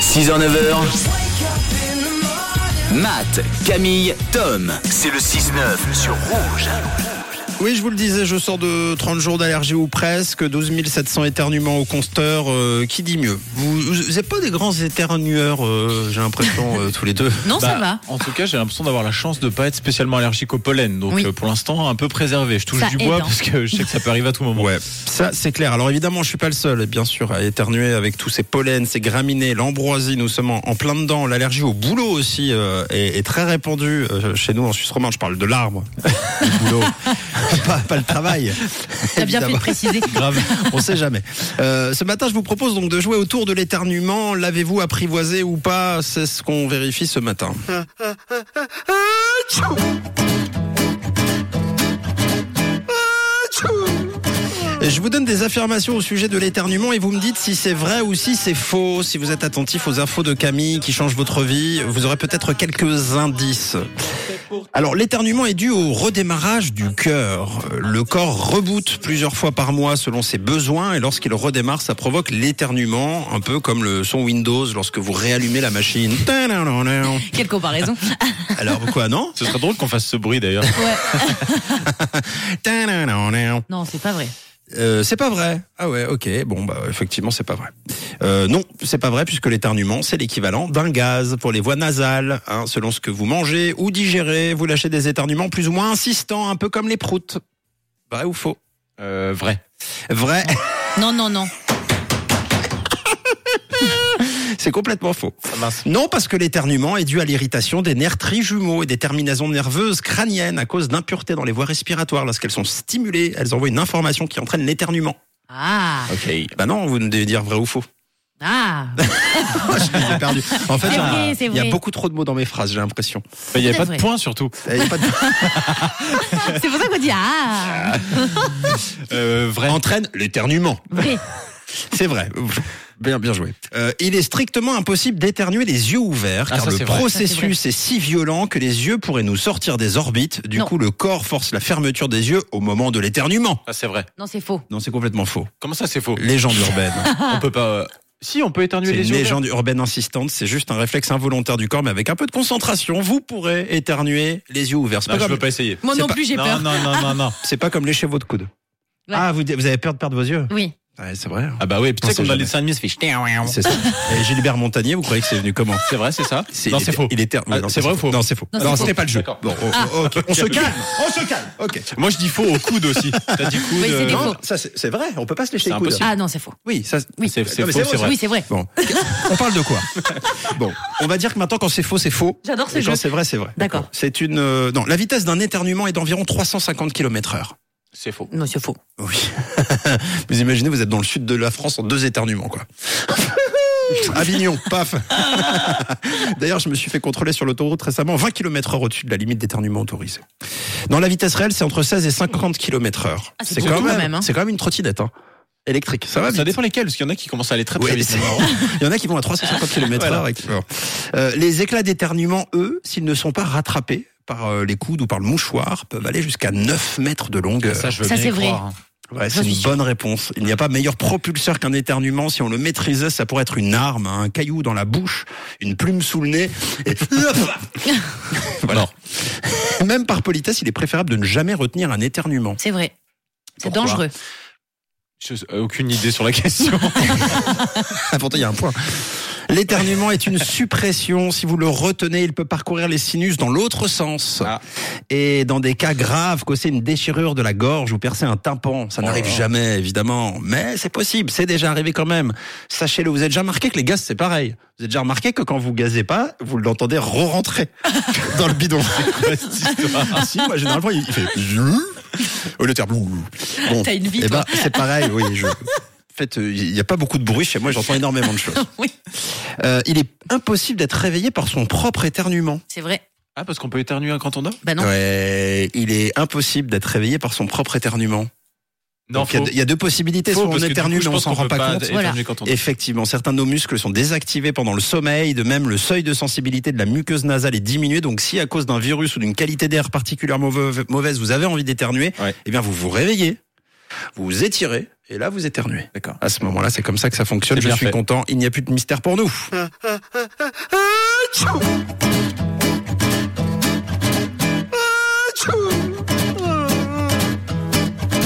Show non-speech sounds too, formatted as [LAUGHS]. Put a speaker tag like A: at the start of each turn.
A: 6h, 9h. Matt, Camille, Tom. C'est le 6-9 sur Rouge.
B: Oui, je vous le disais, je sors de 30 jours d'allergie ou presque, 12 700 éternuements au consteur. euh, qui dit mieux Vous n'êtes pas des grands éternueurs, euh, j'ai l'impression, euh, tous les deux.
C: Non, ça va.
D: Bah, En tout cas, j'ai l'impression d'avoir la chance de ne pas être spécialement allergique au pollen. Donc
C: Oui.
D: euh, pour l'instant, un peu préservé. Je touche
C: Ça
D: du bois
C: aide, hein.
D: parce que je sais que ça peut arriver à tout moment.
B: Ouais, [LAUGHS] ça c'est clair. Alors évidemment, je suis pas le seul, bien sûr, à éternuer avec tous ces pollens, ces graminées, l'ambroisie. Nous sommes en, en plein dedans. L'allergie au boulot aussi euh, est, est très répandue euh, chez nous en Suisse romande. Je parle de l'arbre, [LAUGHS] le boulot, pas, pas le travail.
C: T'as bien fait de
B: évidemment.
C: préciser.
B: Grave, [LAUGHS] on sait jamais. Euh, ce matin, je vous propose donc de jouer autour de l'éternuement. L'avez-vous apprivoisé ou pas C'est ce qu'on vérifie ce matin. Et je vous donne des affirmations au sujet de l'éternuement et vous me dites si c'est vrai ou si c'est faux. Si vous êtes attentif aux infos de Camille qui changent votre vie, vous aurez peut-être quelques indices. Alors l'éternuement est dû au redémarrage du cœur. Euh, Le corps reboot plusieurs fois par mois selon ses besoins et lorsqu'il redémarre, ça provoque l'éternuement, un peu comme le son Windows lorsque vous réallumez la machine.
C: Quelle
D: [LAUGHS]
C: comparaison.
B: Alors quoi non
D: Ce serait drôle qu'on fasse ce bruit
C: [LAUGHS]
D: d'ailleurs.
C: Non, c'est pas vrai.
B: Euh, c'est pas vrai. Ah ouais, ok. Bon, bah effectivement, c'est pas vrai. Euh, non, c'est pas vrai puisque l'éternuement, c'est l'équivalent d'un gaz pour les voies nasales. hein. selon ce que vous mangez ou digérez, vous lâchez des éternuements plus ou moins insistants, un peu comme les proutes. Vrai ou faux
D: Euh, vrai.
B: Vrai, [LAUGHS]
C: Non, non, non.
B: c'est complètement faux. Non, parce que l'éternuement est dû à l'irritation des nerfs trijumeaux et des terminaisons nerveuses crâniennes à cause d'impuretés dans les voies respiratoires. Lorsqu'elles sont stimulées, elles envoient une information qui entraîne l'éternuement.
C: Ah,
D: Ok.
B: Bah non, vous devez dire vrai ou faux.
C: ah.
B: J'ai perdu. En fait,
C: C'est
B: j'en-
C: vrai, c'est
B: il y a
C: vrai.
B: beaucoup trop de mots dans mes phrases, j'ai l'impression.
D: Il
C: C'est
D: n'y avait pas
C: vrai.
D: de point surtout.
B: Eh, Il y a pas de-
C: C'est pour ça qu'on dit ah.
D: Euh, vrai.
B: Entraîne l'éternuement.
C: Vrai.
B: C'est vrai. Bien, bien joué. Euh, il est strictement impossible d'éternuer les yeux ouverts,
D: Ah,
B: car
D: ça,
B: le
D: c'est vrai.
B: processus est, si violent que les yeux pourraient nous sortir des orbites. Du
C: Non.
B: coup, le corps force la fermeture des yeux au moment de l'éternuement.
D: Ah, c'est vrai.
C: Non, c'est faux.
B: Non, c'est complètement faux.
D: Comment ça, c'est faux
B: [LAUGHS] Légende urbaine.
C: Ah,
D: On peut pas. euh, Si, on peut éternuer
B: C'est
D: les
B: une
D: yeux. ouverts.
B: légende urbaine insistante. C'est juste un réflexe involontaire du corps, mais avec un peu de concentration, vous pourrez éternuer les yeux ouverts. C'est
D: Non,
B: pas,
D: Ah, je
B: comme-
D: peux pas essayer.
C: Moi
B: C'est
C: non
B: pas-
C: plus, j'ai
D: non,
C: peur.
D: non, non, non, non.
B: c'est pas comme les chevaux de coude.
C: Ouais.
B: Ah, vous, vous avez peur de perdre vos yeux
C: Oui.
B: Ouais, c'est vrai.
D: Ah bah oui, puis tu
B: On
D: sais
B: sait
D: comme dans
B: jamais.
D: les saint se fait.
B: C'est ça. [LAUGHS] Et Gilbert Montagnier, vous croyez que c'est venu comment
D: C'est vrai, c'est ça Non,
B: il
D: c'est
B: est-
D: faux.
B: Il était.
D: Ah, c'est vrai ou faux
B: Non, c'est faux.
C: Non,
B: Non,
C: c'est faux.
B: c'était pas le jeu.
D: D'accord.
B: Bon, oh, oh, ok. on se calme. On se calme. Ok.
D: Moi, je dis faux au coude aussi. T'as dit coude.
C: Oui, c'est des
D: euh,
C: faux.
B: Non, ça c'est c'est vrai. On peut pas se lécher
D: C'est
B: les coudes.
D: impossible.
C: Ah non, c'est faux.
B: Oui, ça.
D: Oui. C'est- c'est
B: Non, mais
D: faux, c'est vrai.
C: Oui, c'est vrai.
B: Bon, on parle de quoi [LAUGHS] Bon, on va dire que maintenant quand c'est faux, c'est faux.
C: J'adore ce
B: Et quand
C: jeu.
B: c'est vrai, c'est vrai.
C: D'accord.
B: C'est une euh, non, la vitesse d'un éternuement est d'environ 350 km/h.
D: C'est faux.
C: Non, c'est faux.
B: Oui. [LAUGHS] vous imaginez, vous êtes dans le sud de la France en deux éternuements,
D: [LAUGHS]
B: quoi. Avignon, paf. [LAUGHS] D'ailleurs, je me suis fait contrôler sur l'autoroute récemment, 20 km heure au-dessus de la limite d'éternuement autorisée. Dans la vitesse réelle, c'est entre 16 et 50 km heure.
C: Ah, c'est beaucoup quand même, hein.
B: c'est quand même une trottinette, hein. Électrique, ça va
D: Ça
B: vite.
D: dépend lesquels, parce qu'il y en a qui commencent à aller très très
B: Ouais,
D: vite.
B: c'est- Il y en a qui vont à 350 km heure. et qui- bon. Euh, les éclats d'éternuement, eux, s'ils ne sont pas rattrapés par euh, les coudes ou par le mouchoir, peuvent aller jusqu'à 9 mètres de longueur.
D: Ça, je veux
C: Ça,
D: bien y
C: c'est vrai.
D: [LAUGHS] croire, hein.
B: Ouais,
C: J'en
B: c'est
C: suis
B: une
C: sûre.
B: bonne réponse. Il n'y a pas meilleur propulseur qu'un éternuement. Si on le maîtrisait, ça pourrait être une arme, hein, un caillou dans la bouche, une plume sous le nez. et- voilà. [LAUGHS] Même par politesse, il est préférable de ne jamais retenir un éternuement.
C: C'est vrai. C'est
B: Pourquoi
D: [LAUGHS]
C: dangereux.
D: Je- euh, aucune idée sur la [LAUGHS] question.
B: Ah, pourtant, il y a un point. L'éternuement est une suppression. Si vous le retenez, il peut parcourir les sinus dans l'autre sens.
D: Ah.
B: Et dans des cas graves, causer une déchirure de la gorge ou percer un tympan. Ça n'arrive jamais, évidemment. Mais c'est possible. C'est déjà arrivé quand même. Sachez-le. Vous avez déjà remarqué que les gaz, c'est pareil. Vous avez déjà remarqué que quand vous gazez pas, vous l'entendez re-rentrer dans le bidon. Ah, si, moi, généralement, il il fait [LAUGHS] au lieu de faire blou, blou. Bon,
C: T'as une vie,
B: eh ben, c'est pareil, oui. Je... En fait, euh, il n'y a pas beaucoup de bruit chez moi, j'entends énormément de choses.
C: Oui,
B: Euh, il est impossible d'être réveillé par son propre éternuement.
C: c'est vrai.
D: Ah, parce qu'on peut éternuer quand on dort
C: Bah non.
B: Ouais, il est impossible d'être réveillé par son propre éternuement.
D: Non,
B: Donc, il y a
D: faux.
B: deux- il y, a deux possibilités,
D: Faux,
B: soit on
D: parce que du coup,
B: éternue
D: je
B: mais on
D: pense
B: s'en
D: qu'on
B: rend
D: peut
B: pas compte.
D: éternuer quand on dort.
B: Effectivement, certains de nos muscles sont désactivés pendant le sommeil, de même le seuil de sensibilité de la muqueuse nasale est diminué. Donc si à cause d'un virus ou d'une qualité d'air particulièrement mauvaise, vous avez envie d'éternuer,
D: Ouais.
B: eh bien vous vous réveillez. vous vous étirez et là vous éternuez.
D: D'accord.
B: À ce moment-là, c'est comme ça que ça fonctionne.
D: C'est
B: Je
D: bien
B: suis
D: fait.
B: content. Il n'y a plus de mystère pour nous.